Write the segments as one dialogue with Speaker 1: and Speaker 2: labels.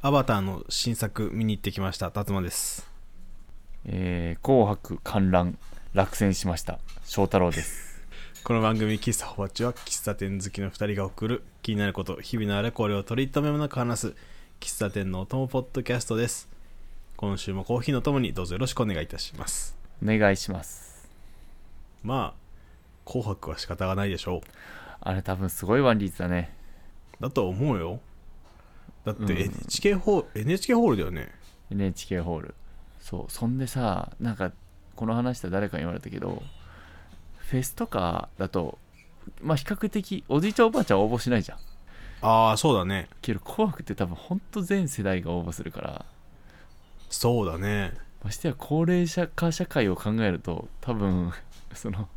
Speaker 1: アバターの新作見に行ってきました辰馬です
Speaker 2: えー紅白観覧落選しました翔太郎です
Speaker 1: この番組「喫茶ホバッチ」は喫茶店好きの2人が送る気になること日々のあれこれを取り留めもなく話す喫茶店のお供ポッドキャストです今週もコーヒーのともにどうぞよろしくお願いいたします
Speaker 2: お願いします
Speaker 1: まあ紅白は仕方がないでしょ
Speaker 2: あれ多分すごいワンリーズだね
Speaker 1: うだと思うよだっ
Speaker 2: うん
Speaker 1: て NHK ホール、NHK ホールだよね
Speaker 2: NHK ホールそうそんでさなんかこの話した誰かに言われたけどフェスとかだとまあ比較的おじいちゃんおばあちゃんは応募しないじゃん
Speaker 1: ああそうだね
Speaker 2: けど紅白って多分ほんと全世代が応募するから
Speaker 1: そうだね
Speaker 2: ましてや高齢者化社会を考えると多分その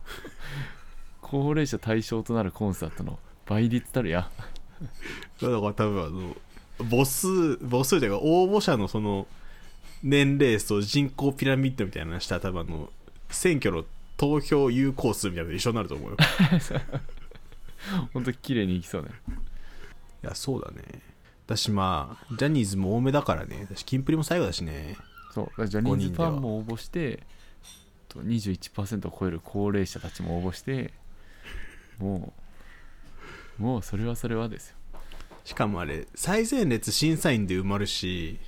Speaker 2: 高齢者対象となるコンサートの倍率たるや
Speaker 1: だから多分あの母数母数というか応募者のその年齢層人口ピラミッドみたいなのしたら多分あの選挙の投票有効数みたいなのと一緒になると思うよ い
Speaker 2: ほんと綺麗にいきそうね
Speaker 1: やそうだね私まあジャニーズも多めだからね私キンプリも最後だしね
Speaker 2: そうだからジャニーズファンも応募してと21%を超える高齢者たちも応募してもうもうそれはそれはですよ
Speaker 1: しかもあれ最前列審査員で埋まるし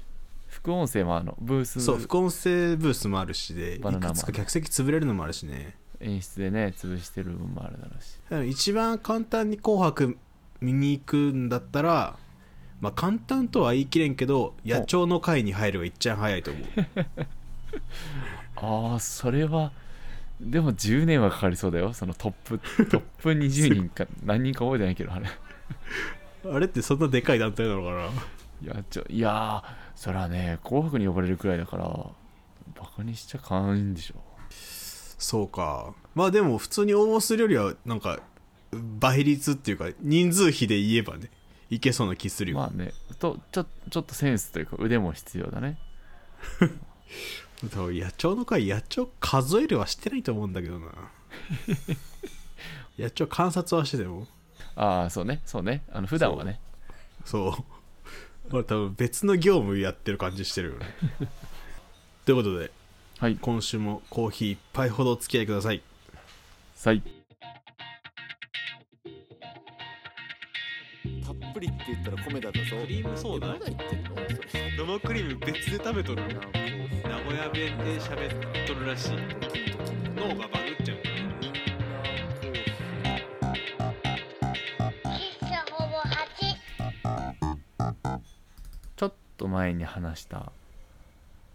Speaker 2: 副音声もあのブース
Speaker 1: そう副音声ブースもあるしでい
Speaker 2: バナナマン
Speaker 1: くつか客席潰れるのもあるしね
Speaker 2: 演出でね潰してる部分もあるだろうし
Speaker 1: 一番簡単に「紅白」見に行くんだったらまあ簡単とは言い切れんけど野鳥の会に入るが一番早いと思う
Speaker 2: ああそれはでも10年はかかりそうだよそのトッ プトップ20人か何人か覚えてないけどあれ
Speaker 1: あれってそんなでかい団体なのかない
Speaker 2: やちょいやーそれはね「紅白」に呼ばれるくらいだからバカにしちゃかんでしょ
Speaker 1: そうかまあでも普通に応募するよりはなんか倍率っていうか人数比で言えばねいけそうな気するよ、
Speaker 2: まあねとちょちょっとセンスというか腕も必要だね
Speaker 1: 多分野鳥の会野鳥数えるはしてないと思うんだけど な野鳥観察はしてても
Speaker 2: ああそうねそうねあの普段はね
Speaker 1: そう。 俺多分別の業務やってる感じしてるよ ね。ということで、
Speaker 2: はい
Speaker 1: 今週もコーヒー一杯ほどお付き合いください。
Speaker 2: さい
Speaker 3: たっぷりって言ったら米だったぞクリームソーダまだ言ってるのそれ
Speaker 1: 生クリーム別で食べとる
Speaker 3: 名
Speaker 1: 古屋弁で喋っとるらしい。脳がバグっちゃう。
Speaker 4: 喫茶ほぼ8。
Speaker 2: ちょっと前に話した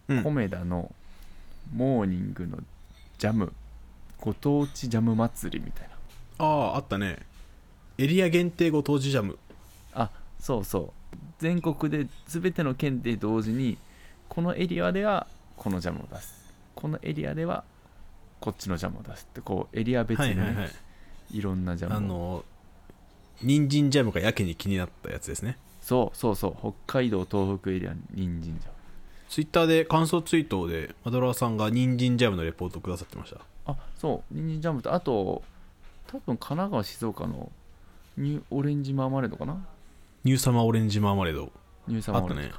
Speaker 1: うん
Speaker 2: コメダのモーニングのジャムご当地ジャム祭りみたいな
Speaker 1: ああ、あったね。エリア限定ご当地ジャム。
Speaker 2: あそうそう全国で全ての県で同時にこのエリアではこのジャムを出すこのエリアではこっちのジャムを出すってこうエリア別
Speaker 1: は
Speaker 2: に、
Speaker 1: い
Speaker 2: ね
Speaker 1: はいいはい。
Speaker 2: ろんなジャムを
Speaker 1: あの、人参ジャムがやけに気になったやつですね。
Speaker 2: そうそうそう北海道東北エリアに人参ジャム
Speaker 1: ツイッターで感想ツイートでマドラーさんが人参ジャムのレポートくださってました。
Speaker 2: あそう人参ジャムとあと多分神奈川静岡のニューオレンジマーマレードかな
Speaker 1: ニューサマーオレンジマーマレード。
Speaker 2: ニューサ
Speaker 1: あ
Speaker 2: マ
Speaker 1: っ
Speaker 2: ーオレ
Speaker 1: た
Speaker 2: ンジ
Speaker 1: ね。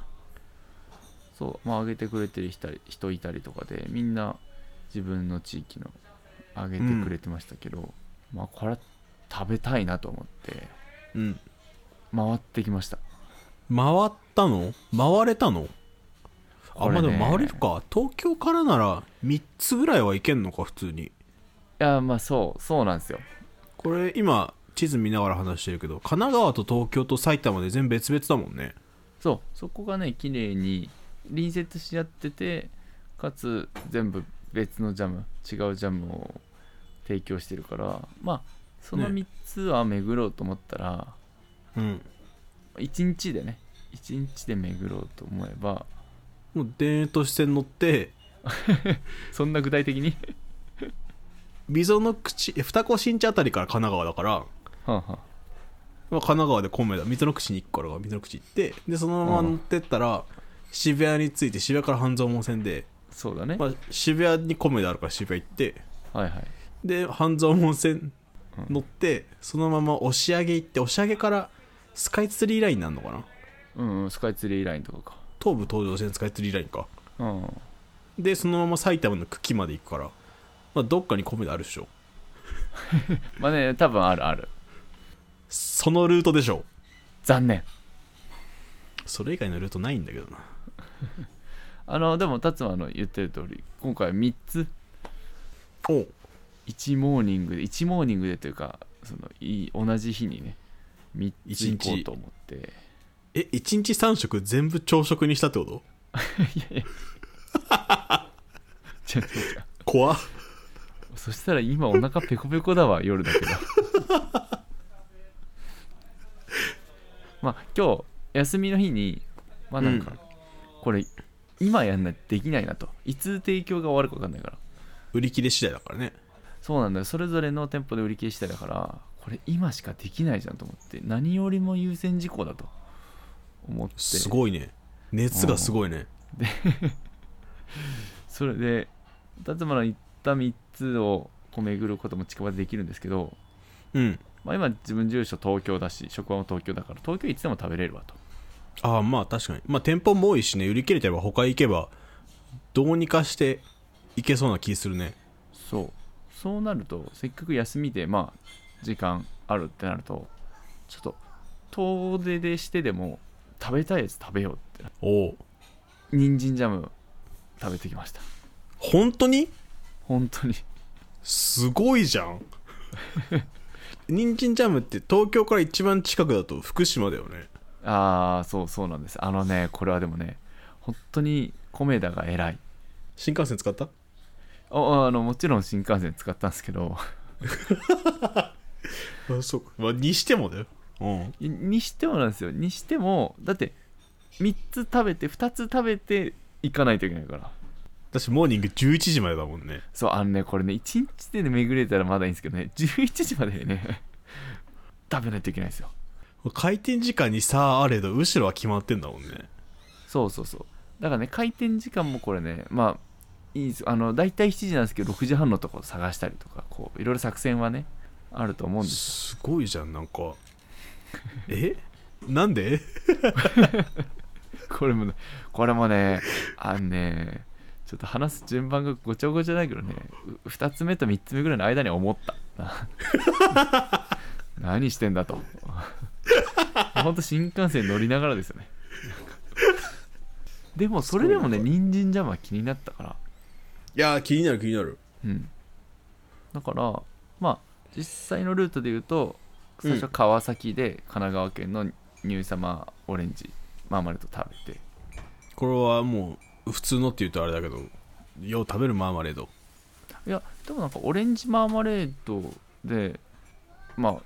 Speaker 2: そうまああげてくれてる人い人いたりとかでみんな自分の地域のあげてくれてましたけど、まあこれは食べたいなと思って
Speaker 1: うん。
Speaker 2: 回ってきました
Speaker 1: 回ったの回れたのあ、
Speaker 2: こ
Speaker 1: まあで
Speaker 2: ね
Speaker 1: も回れるか東京からなら3つぐらいはいけんのか普通に
Speaker 2: いやまあそうそうなんですよ
Speaker 1: これ今地図見ながら話してるけど神奈川と東京と埼玉で全部別々だもんね
Speaker 2: そうそこがね綺麗に隣接し合っててかつ全部別のジャム違うジャムを提供してるからまあその
Speaker 1: ね
Speaker 2: 3つは巡ろうと思ったら、
Speaker 1: うん
Speaker 2: 1日でね1日で巡ろうと思えば
Speaker 1: もう田園都市線乗って
Speaker 2: そんな具体的に
Speaker 1: 溝の口え二子新地あたりから神奈川だから、
Speaker 2: はんはん
Speaker 1: まあ、神奈川で米だ溝の口に行くから溝の口行ってでそのまま乗ってったら、渋谷に着いて渋谷から半蔵門線で、
Speaker 2: そうだね、
Speaker 1: まあ、渋谷に米だあるから渋谷行って
Speaker 2: はいはい
Speaker 1: で半蔵門線
Speaker 2: うん
Speaker 1: 乗って、そのまま押上行って押上からスカイツリーラインなんのかな
Speaker 2: うんうんスカイツリーラインとかか
Speaker 1: 東武東上線スカイツリーラインか
Speaker 2: うん
Speaker 1: でそのまま埼玉の久喜まで行くから、まあ、どっかに米田あるでしょ
Speaker 2: まあね多分あるある
Speaker 1: そのルートでしょ
Speaker 2: 残念
Speaker 1: それ以外のルートないんだけどな
Speaker 2: あのでも達馬の言ってる通り今回3つ
Speaker 1: お
Speaker 2: 1モーニングで1モーニングでというかそのいい同じ日にね3つ
Speaker 1: 一
Speaker 2: 行
Speaker 1: 日
Speaker 2: こうと思って
Speaker 1: え一1日3食全部朝食にしたってこと
Speaker 2: いやいや 違う違う違う
Speaker 1: 怖っ
Speaker 2: そしたら今お腹ペコペコだわ夜だけど まあ今日休みの日にまあなんか、
Speaker 1: う
Speaker 2: これ今やんないとできないなといつ提供が終わるか分かんないから
Speaker 1: 売り切れ次第だからね
Speaker 2: そうなんだよそれぞれの店舗で売り切れしたいだからこれ今しかできないじゃんと思って何よりも優先事項だと思って
Speaker 1: すごいね熱がすごいね
Speaker 2: それで辰馬の言った3つをこう巡ることも近場でできるんですけど、
Speaker 1: うん
Speaker 2: まあ、今自分住所東京だし職場も東京だから東京いつでも食べれるわと
Speaker 1: ああまあ確かにまあ店舗も多いしね売り切れてれば他行けばどうにかして行けそうな気するね
Speaker 2: そうそうなるとせっかく休みでまあ時間あるってなるとちょっと遠出でしてでも食べたいやつ食べようってな
Speaker 1: おお
Speaker 2: 人参ジャム食べてきました
Speaker 1: 本当に
Speaker 2: 本当に
Speaker 1: すごいじゃん 人参ジャムって東京から一番近くだと福島だよね
Speaker 2: ああそうそうなんですあのねこれはでもね本当に米田が偉い
Speaker 1: 新幹線使った
Speaker 2: ああのもちろん新幹線使ったんですけど
Speaker 1: あそうか、まあ、にしてもだようん
Speaker 2: ににしてもなんですよにしてもだって3つ食べて2つ食べて行かないといけないから
Speaker 1: 私モーニング11時までだもんね
Speaker 2: そうあのねこれね1日でね巡れたらまだいいんですけどね11時までね 食べないといけないんですよ
Speaker 1: 回転時間にさああれど後ろは決まってんだもんね
Speaker 2: そうそうそうだからね回転時間もこれねまあいいんですよあの大体7時なんですけど6時半のとこ探したりとかこういろいろ作戦はねあると思うんです
Speaker 1: すごいじゃんなんかえなんで
Speaker 2: これもね、これもね、あのね、ちょっと話す順番がごちゃごちゃだけどね、う2つ目と3つ目ぐらいの間に思った。な 何してんだと。本当新幹線乗りながらですよね。でもそれでもね、人参ジャムは気になったから。
Speaker 1: いやー気になる気になる
Speaker 2: うん。だから、まあ、実際のルートで言うと、最初は川崎で神奈川県のニューサマーオレンジ、マーマレード食べて、
Speaker 1: これはもう普通のって言うとあれだけどよう食べるマーマレード
Speaker 2: いやでもなんかオレンジマーマレードでまあ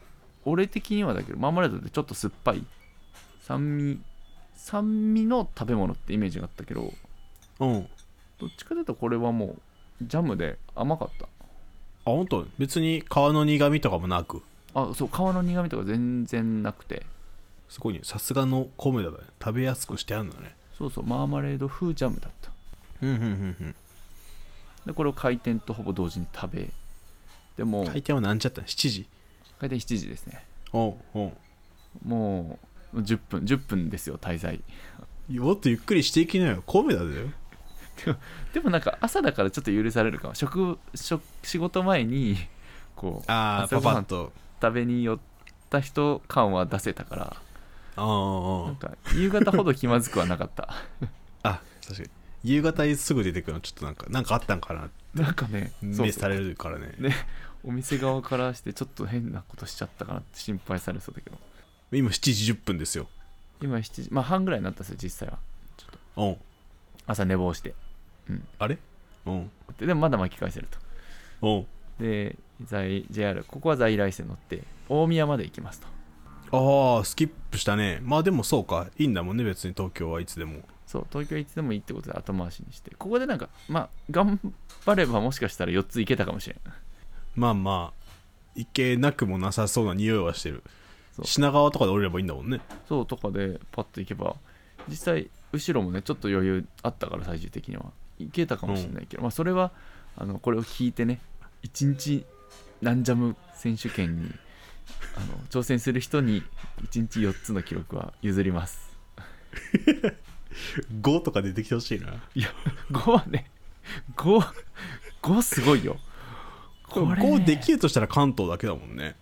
Speaker 2: 俺的にはだけどマーマレードってちょっと酸っぱい酸味酸味の食べ物ってイメージがあったけど
Speaker 1: うん
Speaker 2: どっちかというとこれはもうジャムで甘かった
Speaker 1: あ本当別に皮の苦味とかもなく
Speaker 2: あそう皮の苦味とか全然なくて
Speaker 1: すごいねさすがの米だね食べやすくしてあるんだね
Speaker 2: そうそうマーマレード風ジャムだった
Speaker 1: うんうんうん
Speaker 2: でこれを開店とほぼ同時に食べでも
Speaker 1: うん
Speaker 2: う
Speaker 1: 開店は何時だったの ?7 時
Speaker 2: 開店7時ですね
Speaker 1: おうおう
Speaker 2: もう10分10分ですよ滞在
Speaker 1: もっとゆっくりしていきなよ米だだよ
Speaker 2: でもなんか朝だからちょっと許されるかも食食仕事前にこう
Speaker 1: ああパ
Speaker 2: 朝ご
Speaker 1: パ
Speaker 2: は
Speaker 1: ッ
Speaker 2: ん
Speaker 1: と
Speaker 2: 食べに寄った人感は出せたから
Speaker 1: ああ
Speaker 2: なんか夕方ほど気まずくはなかった
Speaker 1: あ確かに夕方にすぐ出てくるのちょっとなんかなんかあったんかなって
Speaker 2: なんかねそう
Speaker 1: 目
Speaker 2: そ
Speaker 1: さ
Speaker 2: う
Speaker 1: れるからね
Speaker 2: ねお店側からしてちょっと変なことしちゃったかなって心配されそうだけど
Speaker 1: 今7時10分ですよ
Speaker 2: 今7時まあ半ぐらいになったんですよ実際は
Speaker 1: うん
Speaker 2: 朝寝坊して
Speaker 1: あれうん
Speaker 2: ででもまだ巻き返せると
Speaker 1: うん
Speaker 2: で在 JR ここは在来線乗って大宮まで行きますと
Speaker 1: ああスキップしたねまあでもそうかいいんだもんね別に東京はいつでも
Speaker 2: そう東京いつでもいいってことで後回しにしてここでなんかまあ頑張ればもしかしたら4ついけたかもしれん
Speaker 1: まあまあいけなくもなさそうな匂いはしてる
Speaker 2: そう
Speaker 1: 品川とかで降りればいいんだもんね
Speaker 2: そうとかでパッといけば実際後ろもねちょっと余裕あったから最終的にはいけたかもしれないけど、まあそれはあのこれを聞いてね一日ナンジャム選手権にあの挑戦する人に一日4つの記録は譲ります
Speaker 1: 5とか出てきてほしいな。
Speaker 2: 5はね55すごいよこれ、ね、
Speaker 1: 5できるとしたら関東だけだもんね。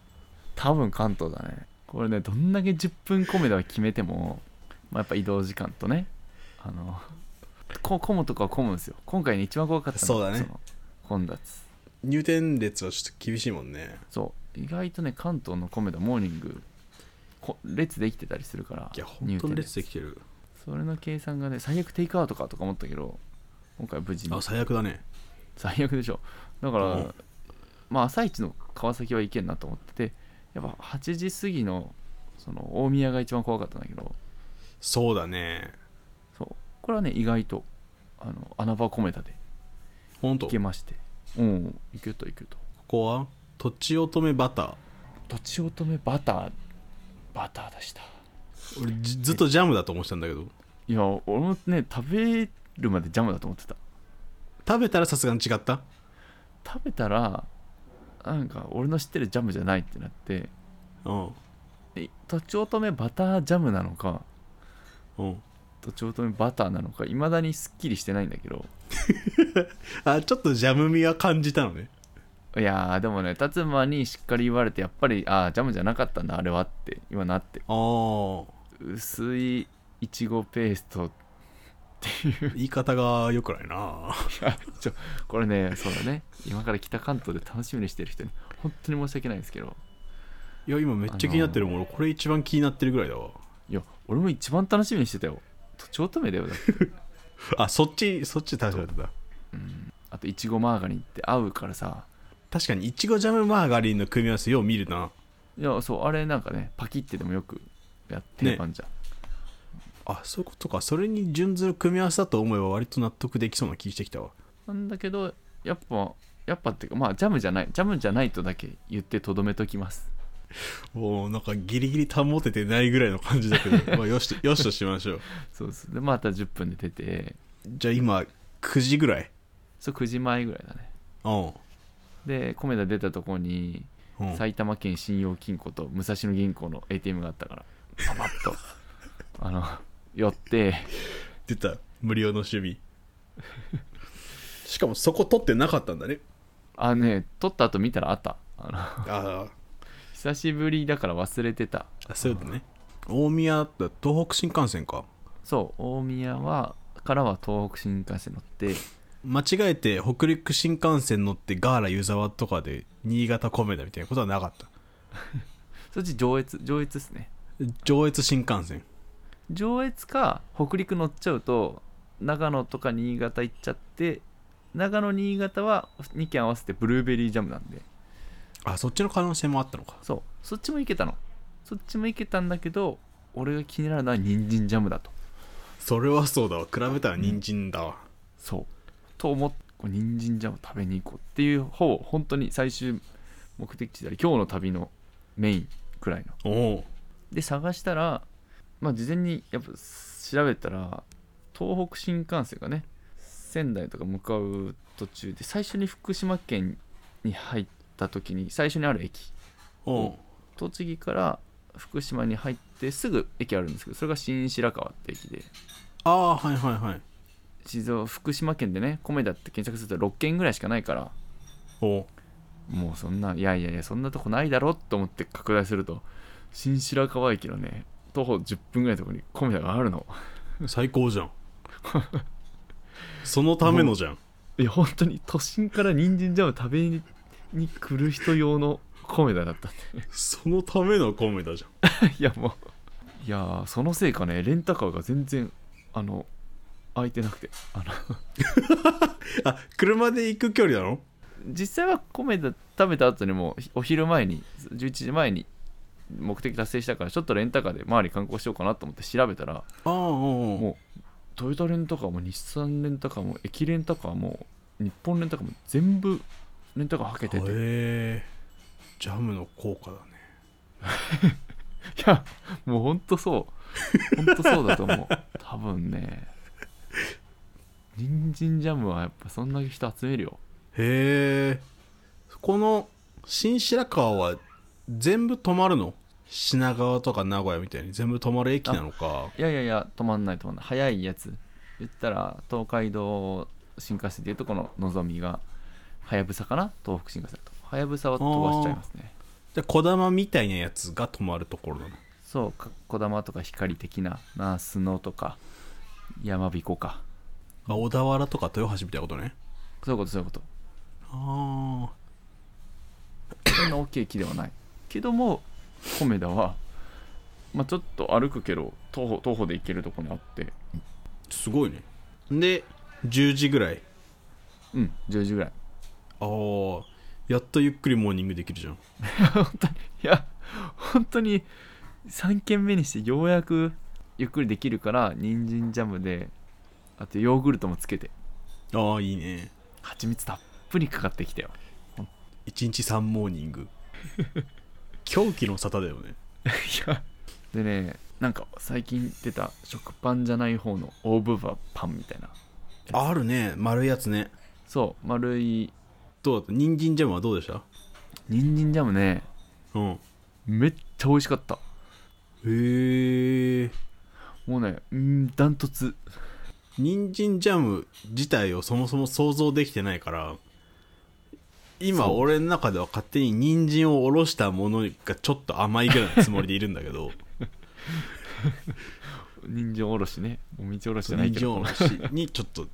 Speaker 2: 多分関東だねこれねどんだけ10分コメダは決めても、まあ、やっぱ移動時間とねあのこ混むとかは混むんですよ今回ね一番怖かったのが
Speaker 1: そうだね
Speaker 2: の混雑
Speaker 1: 入店列はちょっと厳しいもんね。
Speaker 2: そう意外とね関東のコメダモーニングこ列できてたりするから
Speaker 1: いや、本当に列で
Speaker 2: き
Speaker 1: きてる。
Speaker 2: それの計算がね最悪テイクアウトかとか思ったけど今回無事に
Speaker 1: あ、最悪だね。
Speaker 2: 最悪でしょだから、
Speaker 1: うん
Speaker 2: まあ朝一の川崎は行けんなと思っててやっぱ8時過ぎのその大宮が一番怖かったんだけど
Speaker 1: そうだね。
Speaker 2: そうこれはね意外とあの穴場込めたで
Speaker 1: 本当
Speaker 2: 行けましてうん行けと行けと
Speaker 1: ここはとちおとめバタ
Speaker 2: とちおとめバターバターでした
Speaker 1: ー俺じずっとジャムだと思ってたんだけど
Speaker 2: いや俺もね食べるまでジャムだと思ってた
Speaker 1: 食べたらさすがに違った
Speaker 2: 食べたらなんか俺の知ってるジャムじゃないってなって
Speaker 1: うん
Speaker 2: えとちおとめバタージャムなのか
Speaker 1: うん
Speaker 2: とちおとめバターなのかいまだにすっきりしてないんだけど
Speaker 1: あちょっとジャム味は感じたのね
Speaker 2: いやーでもね辰馬にしっかり言われてやっぱりああジャムじゃなかったんだあれはって今なって
Speaker 1: あ あ
Speaker 2: 薄いいちごペーストっていう
Speaker 1: 言い方が良くないな
Speaker 2: ちょこれねそうだね今から北関東で楽しみにしてる人に本当に申し訳ないんですけど
Speaker 1: いや今めっちゃ気になってるもん、俺これ一番気になってるぐらいだわ
Speaker 2: いや俺も一番楽しみにしてたよとちおとめだよだって
Speaker 1: あそっちそっち確かにだ
Speaker 2: あといちごマーガリンって合うからさ
Speaker 1: 確かにいちごジャムマーガリンの組み合わせよう見るない
Speaker 2: やそうあれなんかねパキってでもよくやってる感じゃん、
Speaker 1: あそういうことかそれに準ずる組み合わせだと思えば割と納得できそうな気してきたわ
Speaker 2: なんだけどやっぱやっぱっていうかまあジャムじゃないジャムじゃないとだけ言ってとどめときます
Speaker 1: もうなんかギリギリ保ててないぐらいの感じだけ どまあよしとよしとしましょう
Speaker 2: そうですでまた10分で出て
Speaker 1: じゃあ今9時ぐらい
Speaker 2: そう9時前ぐらいだね
Speaker 1: うん
Speaker 2: で米田出たとこに
Speaker 1: うん
Speaker 2: 埼玉県信用金庫と武蔵野銀行の ATM があったからパパッとあの寄って
Speaker 1: 出た無料の趣 味しかもそこ取ってなかったんだね
Speaker 2: あね取った後見たらあったあの
Speaker 1: あ
Speaker 2: 久しぶりだから忘れてた
Speaker 1: あそうだね大宮だ東北新幹線か
Speaker 2: そう大宮はからは東北新幹線乗って
Speaker 1: 間違えて北陸新幹線乗ってガーラ湯沢とかで新潟米田みたいなことはなかった
Speaker 2: そっち上越上越ですね
Speaker 1: 上越新幹線
Speaker 2: 上越か北陸乗っちゃうと長野とか新潟行っちゃって長野新潟は2県合わせてブルーベリージャムなんで
Speaker 1: あそっちの可能性もあったのか
Speaker 2: そうそっちも行けたのそっちも行けたんだけど俺が気になるのは人参ジャムだと
Speaker 1: それはそうだわ比べたら人参だわ、
Speaker 2: そうと思ってこう人参ジャム食べに行こうっていうほぼ本当に最終目的地であり今日の旅のメインくらいの
Speaker 1: おう
Speaker 2: で探したらまあ事前にやっぱ調べたら東北新幹線がね仙台とか向かう途中で最初に福島県に入った時に最初にある駅
Speaker 1: おう
Speaker 2: 栃木から福島に入ってすぐ駅あるんですけどそれが新白川って駅で
Speaker 1: ああはいはいはい
Speaker 2: 静岡福島県でね米だって検索すると6軒ぐらいしかないから
Speaker 1: おう
Speaker 2: もうそんないやいやいやそんなとこないだろと思って拡大すると新白川駅のね徒歩10分ぐらいのところに米田があるの
Speaker 1: 最高じゃんそのためのじゃん
Speaker 2: いや本当に都心から人参ジャム食べにに来る人用の米田だったん
Speaker 1: そのための米田じゃん
Speaker 2: で いやもういやーそのせいかねレンタカーが全然あの空いてなくてあの
Speaker 1: あ車で行く距離なの
Speaker 2: 実際は米田食べた後にもうお昼前に11時前に目的達成したからちょっとレンタカーで周り観光しようかなと思って調べたら
Speaker 1: ああ
Speaker 2: もうトヨタレンタカーも日産レンタカーも駅レンタカーも日本レンタカーも全部レンタカーはけててい
Speaker 1: へえジャムの効果だね
Speaker 2: やもうほんとそうほんとそうだと思う多分ね人参ジャムはやっぱそんな人集めるよ
Speaker 1: へえこの新白川は全部止まるの品川とか名古屋みたいに全部泊まる駅なのか
Speaker 2: いやいやいや止まんない止まんない早いやつ言ったら東海道新幹線でいうとこののぞみがはやぶさかな東北新幹線だとはやぶさは飛ばしちゃいますね
Speaker 1: じゃあこだまみたいなやつが泊まるところなの
Speaker 2: そうかこだまとか光的なナースノとか山彦か
Speaker 1: あ小田原とか豊橋みたいなことね
Speaker 2: そういうことそういうこと
Speaker 1: ああ
Speaker 2: そんな大きい駅ではないけども米田は、まあ、ちょっと歩くけど徒歩徒歩で行けるとこにあって
Speaker 1: すごいねで10時ぐらい
Speaker 2: うん10時ぐらい
Speaker 1: ああやっとゆっくりモーニングできるじゃん
Speaker 2: 本当にいや本当に3軒目にしてようやくゆっくりできるから人参ジャムであとヨーグルトもつけて
Speaker 1: ああいいね
Speaker 2: 蜂蜜たっぷりかかってきたよ
Speaker 1: 1日3モーニング狂気の沙汰だよね
Speaker 2: いやでねなんか最近出た食パンじゃない方のオーブバパンみたいな
Speaker 1: あるね丸いやつね
Speaker 2: そう丸い
Speaker 1: どうだった人参ジャムはどうでした
Speaker 2: 人参ジャムね
Speaker 1: うんへ
Speaker 2: めっちゃ美味しかった
Speaker 1: え
Speaker 2: もうねうんダントツ
Speaker 1: 人参ジャム自体をそもそも想像できてないから今
Speaker 2: そう
Speaker 1: 俺の中では勝手に人参をおろしたものがちょっと甘いぐらいのつもりでいるんだけど
Speaker 2: 人参おろしねもみじおろしじゃない
Speaker 1: 人
Speaker 2: け
Speaker 1: 参
Speaker 2: ど
Speaker 1: お
Speaker 2: はい
Speaker 1: ろしにちょっと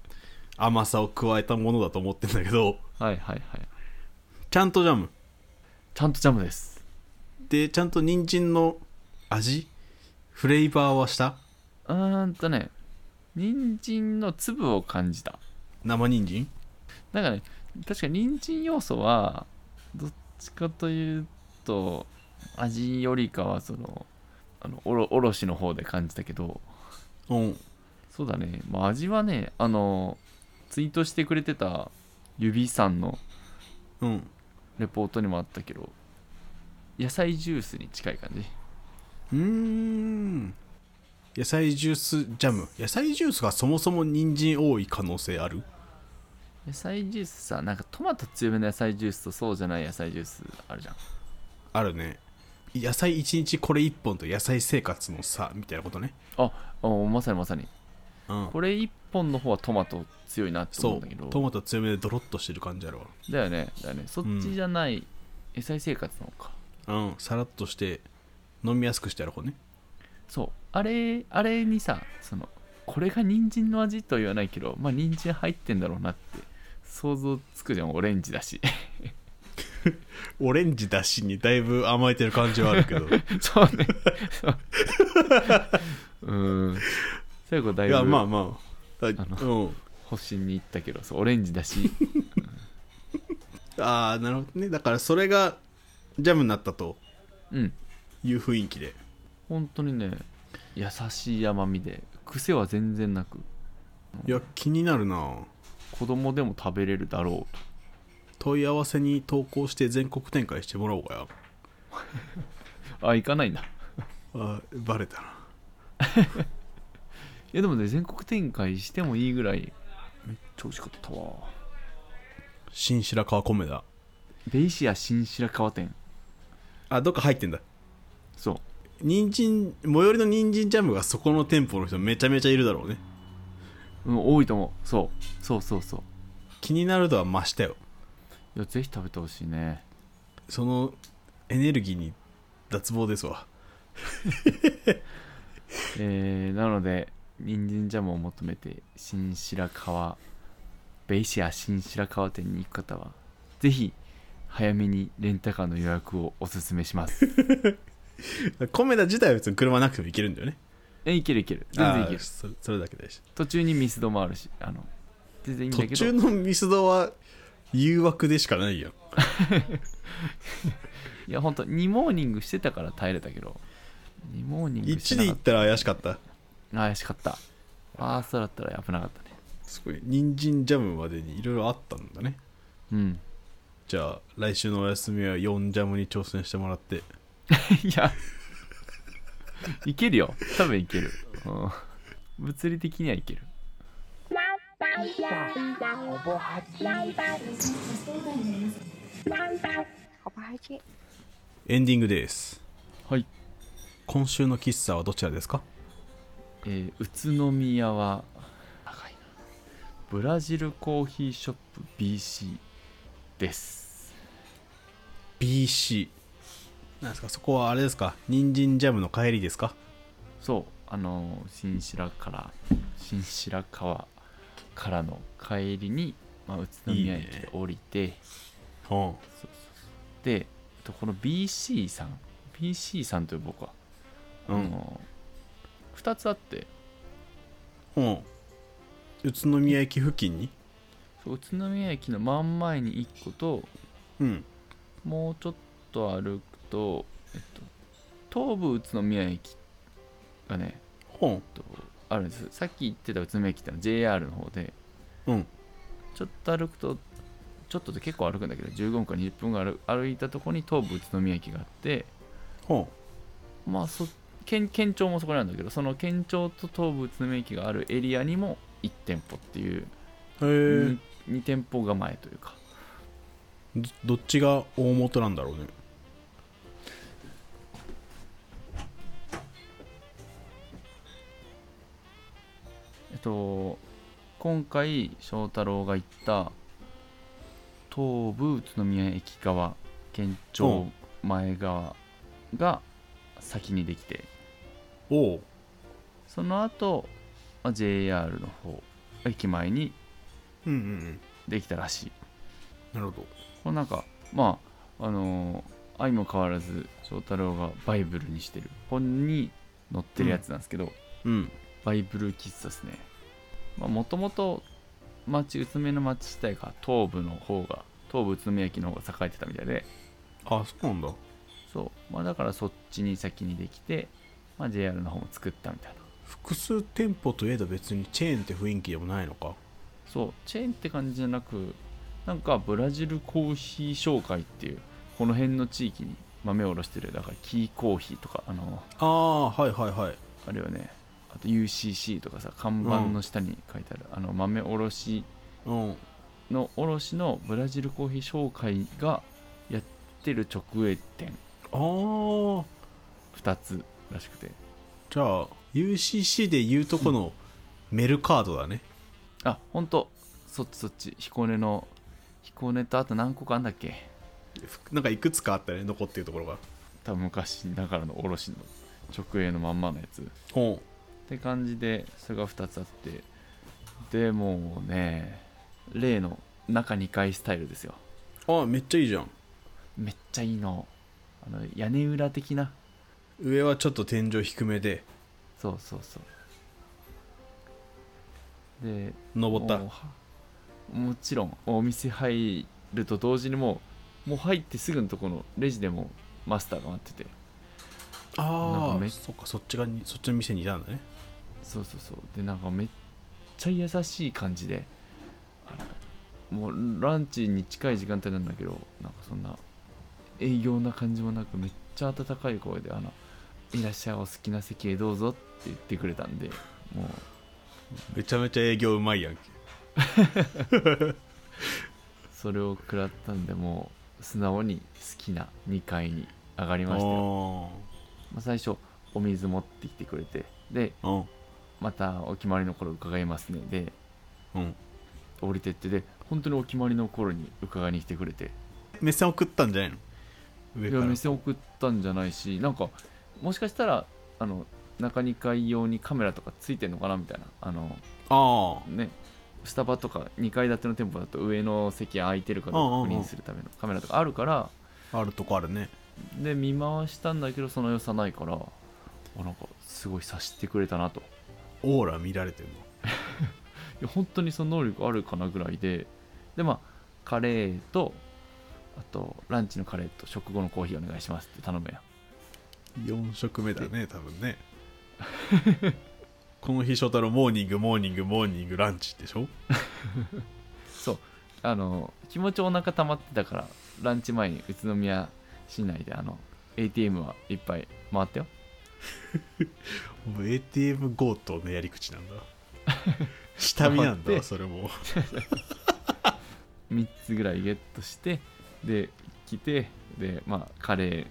Speaker 1: 甘さを加えたものだと思ってんだけど
Speaker 2: はいはい
Speaker 1: ちゃんとジャム
Speaker 2: ちゃんとジャムです
Speaker 1: でちゃんと人参の味フレーバーはした
Speaker 2: うーんとね人参の粒を感じた
Speaker 1: 生人参
Speaker 2: なんかね確かに人参要素はどっちかというと味よりかはそのあのおろおろしの方で感じたけど
Speaker 1: うん
Speaker 2: そうだね、まあ、味はねあのツイートしてくれてた指さんの
Speaker 1: うん
Speaker 2: レポートにもあったけど野菜ジュースに近い感じ
Speaker 1: うーん野菜ジュースジャム野菜ジュースがそもそも人参多い可能性ある
Speaker 2: 野菜ジュースさなんかトマト強めの野菜ジュースとそうじゃない野菜ジュースあるじゃん
Speaker 1: あるね野菜1日これ1本と野菜生活の差みたいなことね
Speaker 2: ああまさにまさに
Speaker 1: うん
Speaker 2: これ1本の方はトマト強いなって思
Speaker 1: そ
Speaker 2: うんだけ
Speaker 1: うト
Speaker 2: ど
Speaker 1: マト強めでドロッとしてる感じあるわ
Speaker 2: だよねだよねそっちじゃない野菜生活の方か、
Speaker 1: うんさらっとして飲みやすくしてやる方ね
Speaker 2: そうあれあれにさそのこれが人参の味とは言わないけどまあ人参入ってんだろうなって想像つくじゃんオレンジだし
Speaker 1: オレンジだしにだいぶ甘えてる感じはあるけ ど
Speaker 2: そうねそう うん最後だい
Speaker 1: いや
Speaker 2: ぶ
Speaker 1: まあまああうん
Speaker 2: 星に行ったけどそうオレンジだし
Speaker 1: ああなるほどねだからそれがジャムになったと
Speaker 2: うん
Speaker 1: いう雰囲気で
Speaker 2: 本当にね優しい甘みで癖は全然なく
Speaker 1: いや気になるな
Speaker 2: 子供でも食べれるだろうと
Speaker 1: 問い合わせに投稿して全国展開してもらおうかよ
Speaker 2: あ行かないんだい
Speaker 1: あーバレたな
Speaker 2: やでもね全国展開してもいいぐらいめっちゃ美味しかったわ
Speaker 1: 新白川米だ
Speaker 2: ベイシア新白川店
Speaker 1: あどっか入ってんだ
Speaker 2: そう
Speaker 1: 人参最寄りの人参ジャムがそこの店舗の人めちゃめちゃいるだろうね
Speaker 2: うん、多いと思うそうそうそうそう
Speaker 1: 気になるとは増したよ
Speaker 2: いやぜひ食べてほしいね
Speaker 1: そのエネルギーに脱帽ですわ
Speaker 2: えー、なので人参ジャムを求めて新白川ベイシア新白川店に行く方はぜひ早めにレンタカーの予約をおすすめします
Speaker 1: 米田自体は別に車なくても行けるんだよね
Speaker 2: えいけるいける全然い
Speaker 1: あ
Speaker 2: け
Speaker 1: ー
Speaker 2: る
Speaker 1: そそれだけでし
Speaker 2: 途中にミスドもあるしあの全然いいんだ
Speaker 1: 途
Speaker 2: け
Speaker 1: 中
Speaker 2: ど
Speaker 1: のミスドは誘惑でしかないよ
Speaker 2: いや本当2モーニングしてたから耐えれたけど2モーニングして
Speaker 1: 1
Speaker 2: な
Speaker 1: で
Speaker 2: か
Speaker 1: 行
Speaker 2: っ
Speaker 1: ったら怪しかった
Speaker 2: た怪しかったファーストだったら危なかったね
Speaker 1: すごい人参ジャムまでにいろいろあったんだね
Speaker 2: うん
Speaker 1: じゃあ来週のお休みは4ジャムに挑戦してもらって
Speaker 2: いや、いけるよ。多分いける。うん物理的にはいける。
Speaker 4: ほぼはち。
Speaker 1: エンディングです
Speaker 2: はい。
Speaker 1: 今週の喫茶はどちらですか
Speaker 2: えー宇都宮は長いなブラジルコーヒーショップ BC です。
Speaker 1: BC なんですかそこはあれですか人参ジャムの帰りですか
Speaker 2: そう、あのー新白から新白川からの帰りに、まあ、宇都宮駅で降りて
Speaker 1: うん
Speaker 2: でとこの BC さん BC さんという僕は、
Speaker 1: う
Speaker 2: あ
Speaker 1: ん
Speaker 2: のー、2つあって
Speaker 1: うん宇都宮駅付近に
Speaker 2: そう宇都宮駅の真ん前に1個と
Speaker 1: うん
Speaker 2: もうちょっと歩くと、えっと、東武宇都宮駅がね、
Speaker 1: うん
Speaker 2: えっと、あるんですさっき言ってた宇都宮駅ってのは JR の方で
Speaker 1: うん
Speaker 2: ちょっと歩くとちょっとで結構歩くんだけど15分から20分ぐらい歩歩いたとこに東武宇都宮駅があって
Speaker 1: うん
Speaker 2: まあそ県県庁もそこにあるんだけどその県庁と東武宇都宮駅があるエリアにも1店舗っていう、
Speaker 1: へえ、
Speaker 2: 2, 店舗構えというか
Speaker 1: どどっちが大元なんだろうね
Speaker 2: えっと今回翔太郎が行った東武宇都宮駅側県庁前側が先にできて
Speaker 1: おう
Speaker 2: その後、まあ JR の方駅前に
Speaker 1: うんうんうん
Speaker 2: できたらしい
Speaker 1: なるほど
Speaker 2: これなんかまああのー相も変わらず翔太郎がバイブルにしてる本に載ってるやつなんですけど、
Speaker 1: うん
Speaker 2: バイブル喫茶ですねもともと町宇都宮の町自体が東部の方が東部宇都宮駅の方が栄えてたみたいで
Speaker 1: あそうなんだ
Speaker 2: そうまあだからそっちに先にできて、まあ、JR の方も作ったみたいな
Speaker 1: 複数店舗といえど別にチェーンって雰囲気でもないのか
Speaker 2: そうチェーンって感じじゃなくなんかブラジルコーヒー商会っていうこの辺の地域に豆を卸してるだからキーコーヒーとかあの
Speaker 1: ああはいはいはい
Speaker 2: あれよねあと UCC とかさ看板の下に書いてある、あの豆卸
Speaker 1: うん
Speaker 2: の卸のブラジルコーヒー商会がやってる直営店
Speaker 1: ああ
Speaker 2: 2つらしくて
Speaker 1: じゃあ UCC で言うとこのメルカードだね
Speaker 2: あ本当そっちそっち彦根の彦根とあと何個かあんだっけ
Speaker 1: ふなんかいくつかあったね残ってるところが
Speaker 2: 多分昔ながらの卸の直営のまんまのやつ
Speaker 1: ほ
Speaker 2: って感じでそれが2つあってでもうね例の中2階スタイルですよ
Speaker 1: うああめっちゃいいじゃん
Speaker 2: めっちゃいいのあの屋根裏的な
Speaker 1: 上はちょっと天井低めで
Speaker 2: そうそうそうで
Speaker 1: 登った
Speaker 2: もうもちろんお店入ると同時にもうもう入ってすぐのとこのレジでもうマスターが待っててなん
Speaker 1: あ
Speaker 2: かめ
Speaker 1: あそっかそっちがにそっちの店にいたんだね
Speaker 2: そうそうそうでなんかめっちゃ優しい感じであのもうランチに近い時間帯なんだけどなんかそんな営業な感じもなくめっちゃ温かい声で「あのいらっしゃいお好きな席へどうぞ」って言ってくれたんでもう
Speaker 1: めちゃめちゃ営業うまいやんけ
Speaker 2: それを食らったんでもう素直に好きな2階に上がり
Speaker 1: あ
Speaker 2: ましたよ
Speaker 1: ー
Speaker 2: まあ、最初お水持ってきてくれてで
Speaker 1: うん
Speaker 2: またお決まりの頃伺いますねで
Speaker 1: うん
Speaker 2: 降りてってで本当にお決まりの頃に伺いに来てくれて
Speaker 1: 目線送ったんじゃないの上
Speaker 2: い
Speaker 1: か
Speaker 2: や
Speaker 1: ら
Speaker 2: 目線送ったんじゃないしなんかもしかしたらあの中2階用にカメラとかついてんのかなみたいなあの
Speaker 1: あ
Speaker 2: ねスタバとか2階建ての店舗だと上の席空いてるかどうか確認するためのカメラとかあるから
Speaker 1: ああるとこあるね
Speaker 2: で見回したんだけどその良さないからあなんかすごい察してくれたなと
Speaker 1: オーラ見られてるの
Speaker 2: いや本当にその能力あるかなぐらいででまあカレーとあとランチのカレーと食後のコーヒーお願いしますって頼むや
Speaker 1: 4食目だね多分ね この日翔太郎モーニングモーニングモーニングランチでしょ
Speaker 2: そうあの気持ちお腹溜まってたからランチ前に宇都宮市内であの ATM はいっぱい回ったよ
Speaker 1: もう ATM 強盗のやり口なん だ下見なん
Speaker 2: 回って
Speaker 1: だそれも
Speaker 2: 3つぐらいゲットしてで来てでまあカレ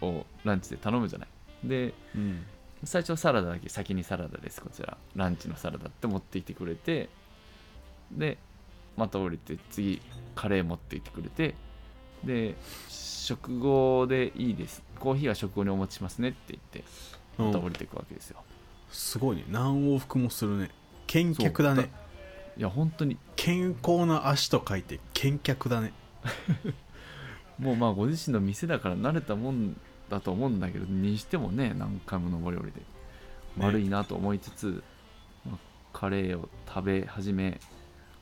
Speaker 2: ーをランチで頼むじゃないで
Speaker 3: うん
Speaker 2: 最初サラダだけ先にサラダですこちらランチのサラダって持ってきてくれてでまた降りて次カレー持ってきてくれてで食後でいいですコーヒーは食後にお持ちしますねって言って
Speaker 1: う
Speaker 2: また
Speaker 1: ん
Speaker 2: 降りていくわけですよ、
Speaker 1: すごいね何往復もするね健脚だ
Speaker 2: そう
Speaker 1: ね
Speaker 2: いや本当に
Speaker 1: 健康な足と書いて健脚だね
Speaker 2: もうまあご自身の店だから慣れたもんだと思うんだけどにしてもね何回も上り下りで悪いなと思いつつ、まあカレーを食べ始め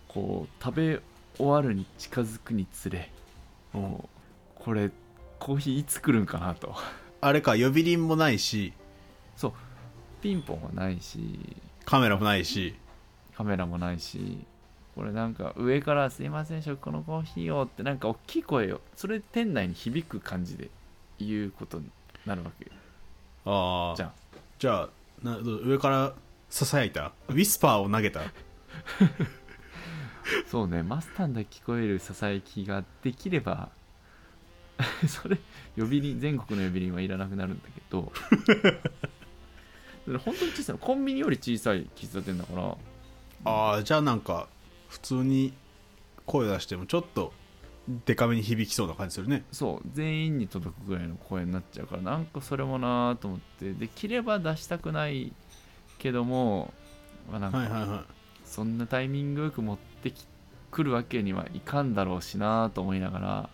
Speaker 2: こう食べ終わるに近づくにつれ
Speaker 1: うん
Speaker 2: こうこれコーヒーいつ来るんかなと
Speaker 1: あれか呼び鈴もないし
Speaker 2: ピンポンはないし
Speaker 1: カメラもないし
Speaker 2: カメラもないしこれなんか上から「すいません食後のコーヒーを」ってなんか大きい声をそれ店内に響く感じで言うことになるわけ
Speaker 1: ああ
Speaker 2: じゃあ
Speaker 1: じゃあなどう上からささやいたウィスパーを投げた
Speaker 2: そうね、マスタンで聞こえるささやきができれば、 それ、呼び鈴、全国の呼び鈴はいらなくなるんだけど、 それ本当に小さいの、コンビニより小さい喫茶店だから、
Speaker 1: ああじゃあなんか普通に声出してもちょっとデカめに響きそうな感じするね
Speaker 2: そう、全員に届くぐらいの声になっちゃうから、なんかそれもなーと思って、できれば出したくないけども、まあ、なん
Speaker 1: はいはい
Speaker 2: か、
Speaker 1: は
Speaker 2: そんなタイミングよく持ってきくるわけにはいかんだろうしなーと思いながら、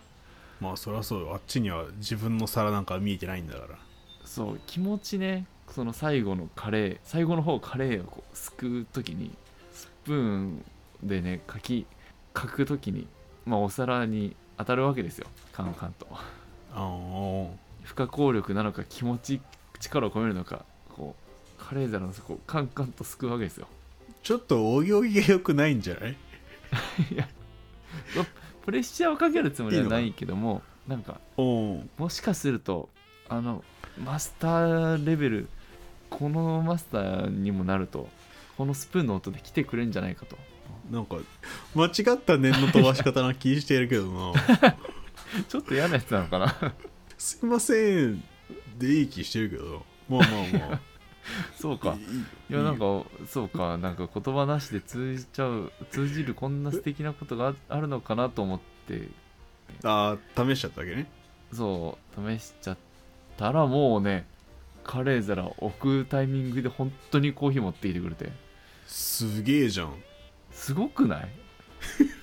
Speaker 1: いまあそりゃそうよあっちには自分の皿なんか見えてないんだから
Speaker 2: そう気持ちねその最後のカレー最後の方カレーをこうすくう時にスプーンでねかきかく時にまあお皿に当たるわけですよカンカンと
Speaker 1: あー
Speaker 2: 不可抗力なのか気持ち力を込めるのかこうカレー皿の底をカンカンとすくうわけですよ
Speaker 1: ちょっとお行儀が良くないんじゃない
Speaker 2: プレッシャーをかけるつもりはないけどもなんか
Speaker 1: おん
Speaker 2: もしかするとあのマスターレベルこのマスターにもなるとこのスプーンの音で来てくれんじゃないかと
Speaker 1: なんか間違った念の飛ばし方な気してるけど な
Speaker 2: ちょっと嫌なやつなのかな
Speaker 1: すいませんでいい気してるけどまあまあまあ
Speaker 2: そうかいやなんかそうかなんか言葉なしで通じちゃう通じるこんな素敵なことがああるのかなと思って
Speaker 1: ああ試しちゃったわけね
Speaker 2: そう試しちゃったらもうねカレー皿置くタイミングで本当にコーヒー持ってきてくれて
Speaker 1: すげえじゃん
Speaker 2: すごくない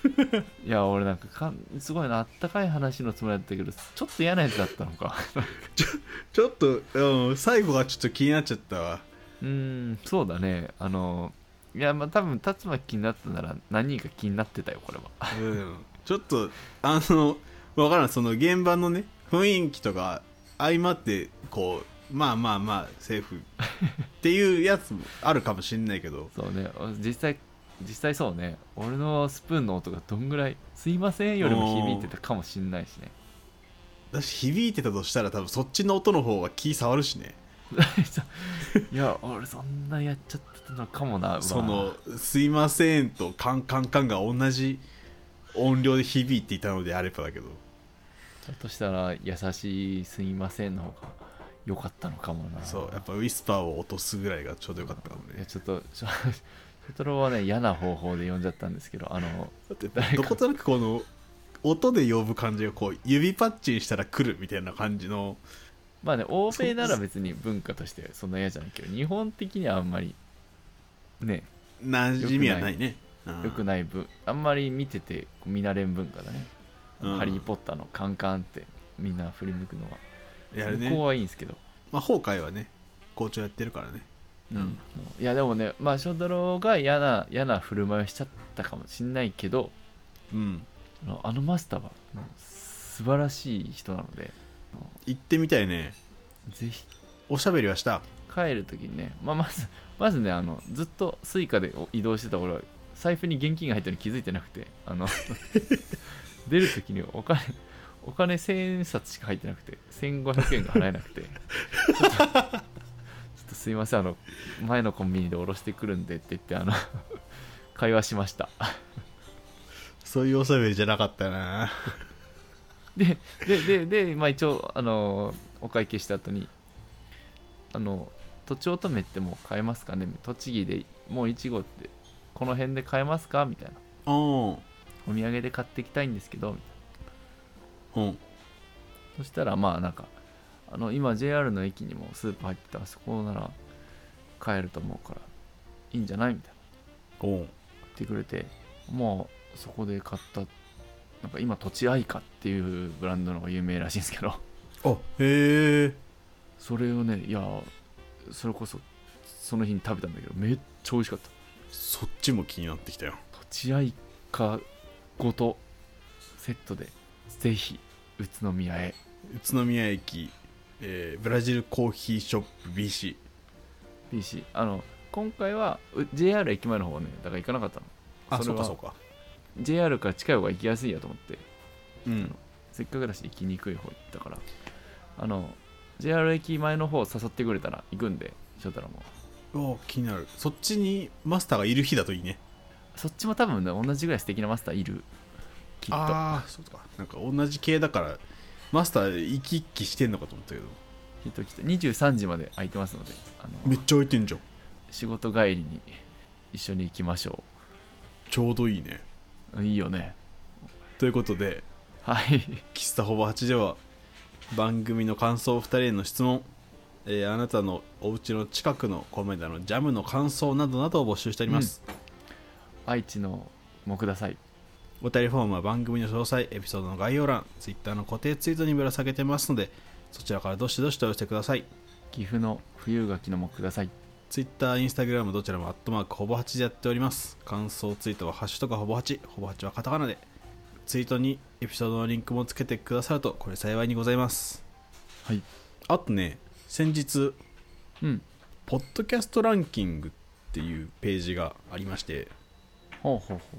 Speaker 2: いや俺なんかかんすごいなあったかい話のつもりだったけどちょっと嫌なやつだったのか
Speaker 1: ちょっと、うん、最後がちょっと気になっちゃったわ
Speaker 2: うーんそうだねあのいやまあ多分達馬気になったなら何人か気になってたよこれは
Speaker 1: うんちょっとあの分からんその現場のね雰囲気とか相まってこうまあまあまあセーフっていうやつもあるかもしんないけど
Speaker 2: そうね実際実際そうね俺のスプーンの音がどんぐらい「すいません」よりも響いてたかもしんないし ね
Speaker 1: 私響いてたとしたら多分そっちの音の方が気触るしね
Speaker 2: いや俺そんなやっちゃってたのかもなうわ
Speaker 1: その「すいません」と「カンカンカン」が同じ音量で響いていたのであればだけど
Speaker 2: ちょっとしたら「優しいすいません」の方が良かったのかもな
Speaker 1: そうやっぱウィスパーを落とすぐらいがちょうどよかったかも
Speaker 2: いや
Speaker 1: ね
Speaker 2: ちょっとしょシャトロはね嫌な方法で呼んじゃったんですけどあの
Speaker 1: だって
Speaker 2: 誰か
Speaker 1: どことなくこの音で呼ぶ感じがこう指パッチンしたら来るみたいな感じの
Speaker 2: まあね欧米なら別に文化としてそんな嫌じゃないけど日本的にはあんまりね
Speaker 1: 馴染みはないね
Speaker 2: 良く
Speaker 1: い、
Speaker 2: ない分あんまり見ててこう見慣れん文化だね「
Speaker 1: うん
Speaker 2: ハリー・ポッター」のカンカンってみんな振り向くのは
Speaker 1: やるね
Speaker 2: 向こうはいいんですけど、
Speaker 1: まあ崩壊はね校長やってるからね
Speaker 2: うんいやでもねまあショドロが嫌な嫌な振る舞いをしちゃったかもしんないけど
Speaker 1: うん
Speaker 2: あのあのマスターはもう素晴らしい人なので
Speaker 1: 行ってみたいね
Speaker 2: ぜひ
Speaker 1: おしゃべりはした
Speaker 2: 帰る時にね、まあ、まずまずねあのずっとスイカで移動してた俺は財布に現金が入ったのに気づいてなくてあの出る時にお金お金1000円札しか入ってなくて1500円が払えなくてちょっとちょっとすいませんあの前のコンビニで下ろしてくるんでって言ってあの会話しました
Speaker 1: そういうおしゃべりじゃなかったな
Speaker 2: でででで、まあ、一応あのお会計した後にあのとちおとめってもう買えますかね栃木でもういちごってこの辺で買えますかみたいな
Speaker 1: うん
Speaker 2: お土産で買ってきたいんですけどみたいな
Speaker 1: うん
Speaker 2: そしたらまあなんかあの今 JR の駅にもスーパー入ってたあそこなら買えると思うからいいんじゃないみたいな
Speaker 1: うん
Speaker 2: 言ってくれてまあそこで買ったなんか今とちあいかっていうブランドのが有名らしいんですけど
Speaker 1: あへえ
Speaker 2: それをねいやそれこそその日に食べたんだけどめっちゃ美味しかった
Speaker 1: そっちも気になってきたよ
Speaker 2: とちあいかごとセットでぜひ宇都宮へ
Speaker 1: 宇都宮駅、えーブラジルコーヒーショップ BC
Speaker 2: BC あの今回はう JR 駅前の方はねだから行かなかったのそれは
Speaker 1: か
Speaker 2: JR から近い方が行きやすいやと思って
Speaker 1: うん
Speaker 2: せっかくだし行きにくい方行ったからあの JR 駅前の方誘ってくれたら行くんで翔太郎も
Speaker 1: お気になるそっちにマスターがいる日だといいね
Speaker 2: そっちも多分ね同じぐらい素敵なマスターいるきっと
Speaker 1: ああそうかなんか同じ系だからマスター行き来してんのかと思ったけど
Speaker 2: きっときっと23時まで空いてますのであ
Speaker 1: め
Speaker 2: の
Speaker 1: っちゃ空いてんじゃん
Speaker 2: 仕事帰りに一緒に行きましょ
Speaker 1: ちょうどいいね
Speaker 2: ういいよね
Speaker 1: ということで
Speaker 2: はい
Speaker 1: 喫茶ほぼ8では番組の感想2人への質問、えーあなたのお家の近くのコメダのジャムの感想などなどを募集しております、
Speaker 2: 愛知のもください
Speaker 1: お便りフォームは番組の詳細エピソードの概要欄 Twitter の固定ツイートにぶら下げてますのでそちらからどしどしと寄せてください
Speaker 2: 岐阜の冬柿のもください
Speaker 1: Twitter、Instagram どちらもアットマークほぼ8でやっております感想ツイートはハッシュとかほぼ8ほぼ8はカタカナでツイートにエピソードのリンクもつけてくださるとこれ幸いにございます
Speaker 2: はい
Speaker 1: あとね先日
Speaker 2: うん
Speaker 1: ポッドキャストランキングっていうページがありまして
Speaker 2: ほうほうほ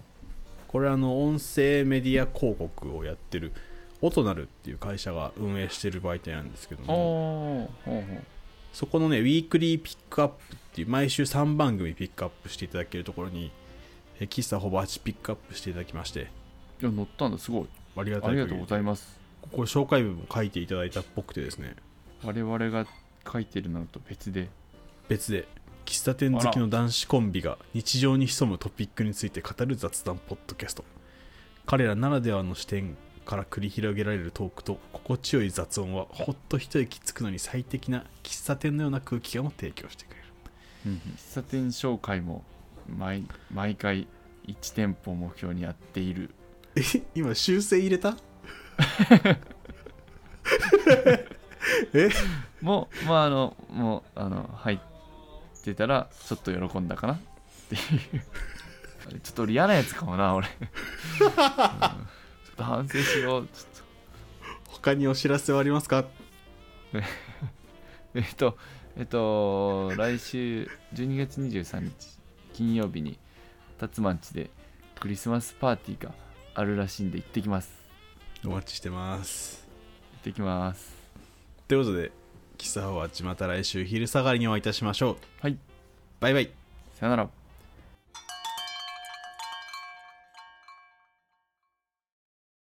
Speaker 1: これあの音声メディア広告をやってる音なるっていう会社が運営してる媒体なんですけど
Speaker 2: う
Speaker 1: も
Speaker 2: おーほうほう
Speaker 1: そこのねウィークリーピックアップっていう毎週3番組ピックアップしていただけるところにえー喫茶ほぼ8ピックアップしていただきまして
Speaker 2: いや乗ったんだすごい
Speaker 1: ありがた
Speaker 2: あ
Speaker 1: い限
Speaker 2: りが
Speaker 1: り
Speaker 2: とうございます
Speaker 1: ここ紹介文も書いていただいたっぽくてですね
Speaker 2: 我々が書いてるのと別で
Speaker 1: 別で喫茶店好きの男子コンビが日常に潜むトピックについて語る雑談ポッドキャスト彼らならではの視点から繰り広げられるトークと心地よい雑音はほっと一息つくのに最適な喫茶店のような空気感を提供してくれる
Speaker 2: 喫茶店紹介も毎毎回1店舗を目標にやっている
Speaker 1: え今修正入れたえ
Speaker 2: もうまああのもうあの入ってたらちょっと喜んだかなっていうあれちょっと俺嫌なやつかもな俺、うんちょっと反省しようちょっ
Speaker 1: 他にお知らせはありますか
Speaker 2: とえっとえっと来週12月23日金曜日に辰満地でクリスマスパーティーがあるらしいんで行ってきます
Speaker 1: お待ちしてます
Speaker 2: 行ってきます
Speaker 1: ということで喫茶ホワッチまた来週昼下がりにお会いいたしましょう
Speaker 2: はい
Speaker 1: バイバイ
Speaker 2: さよなら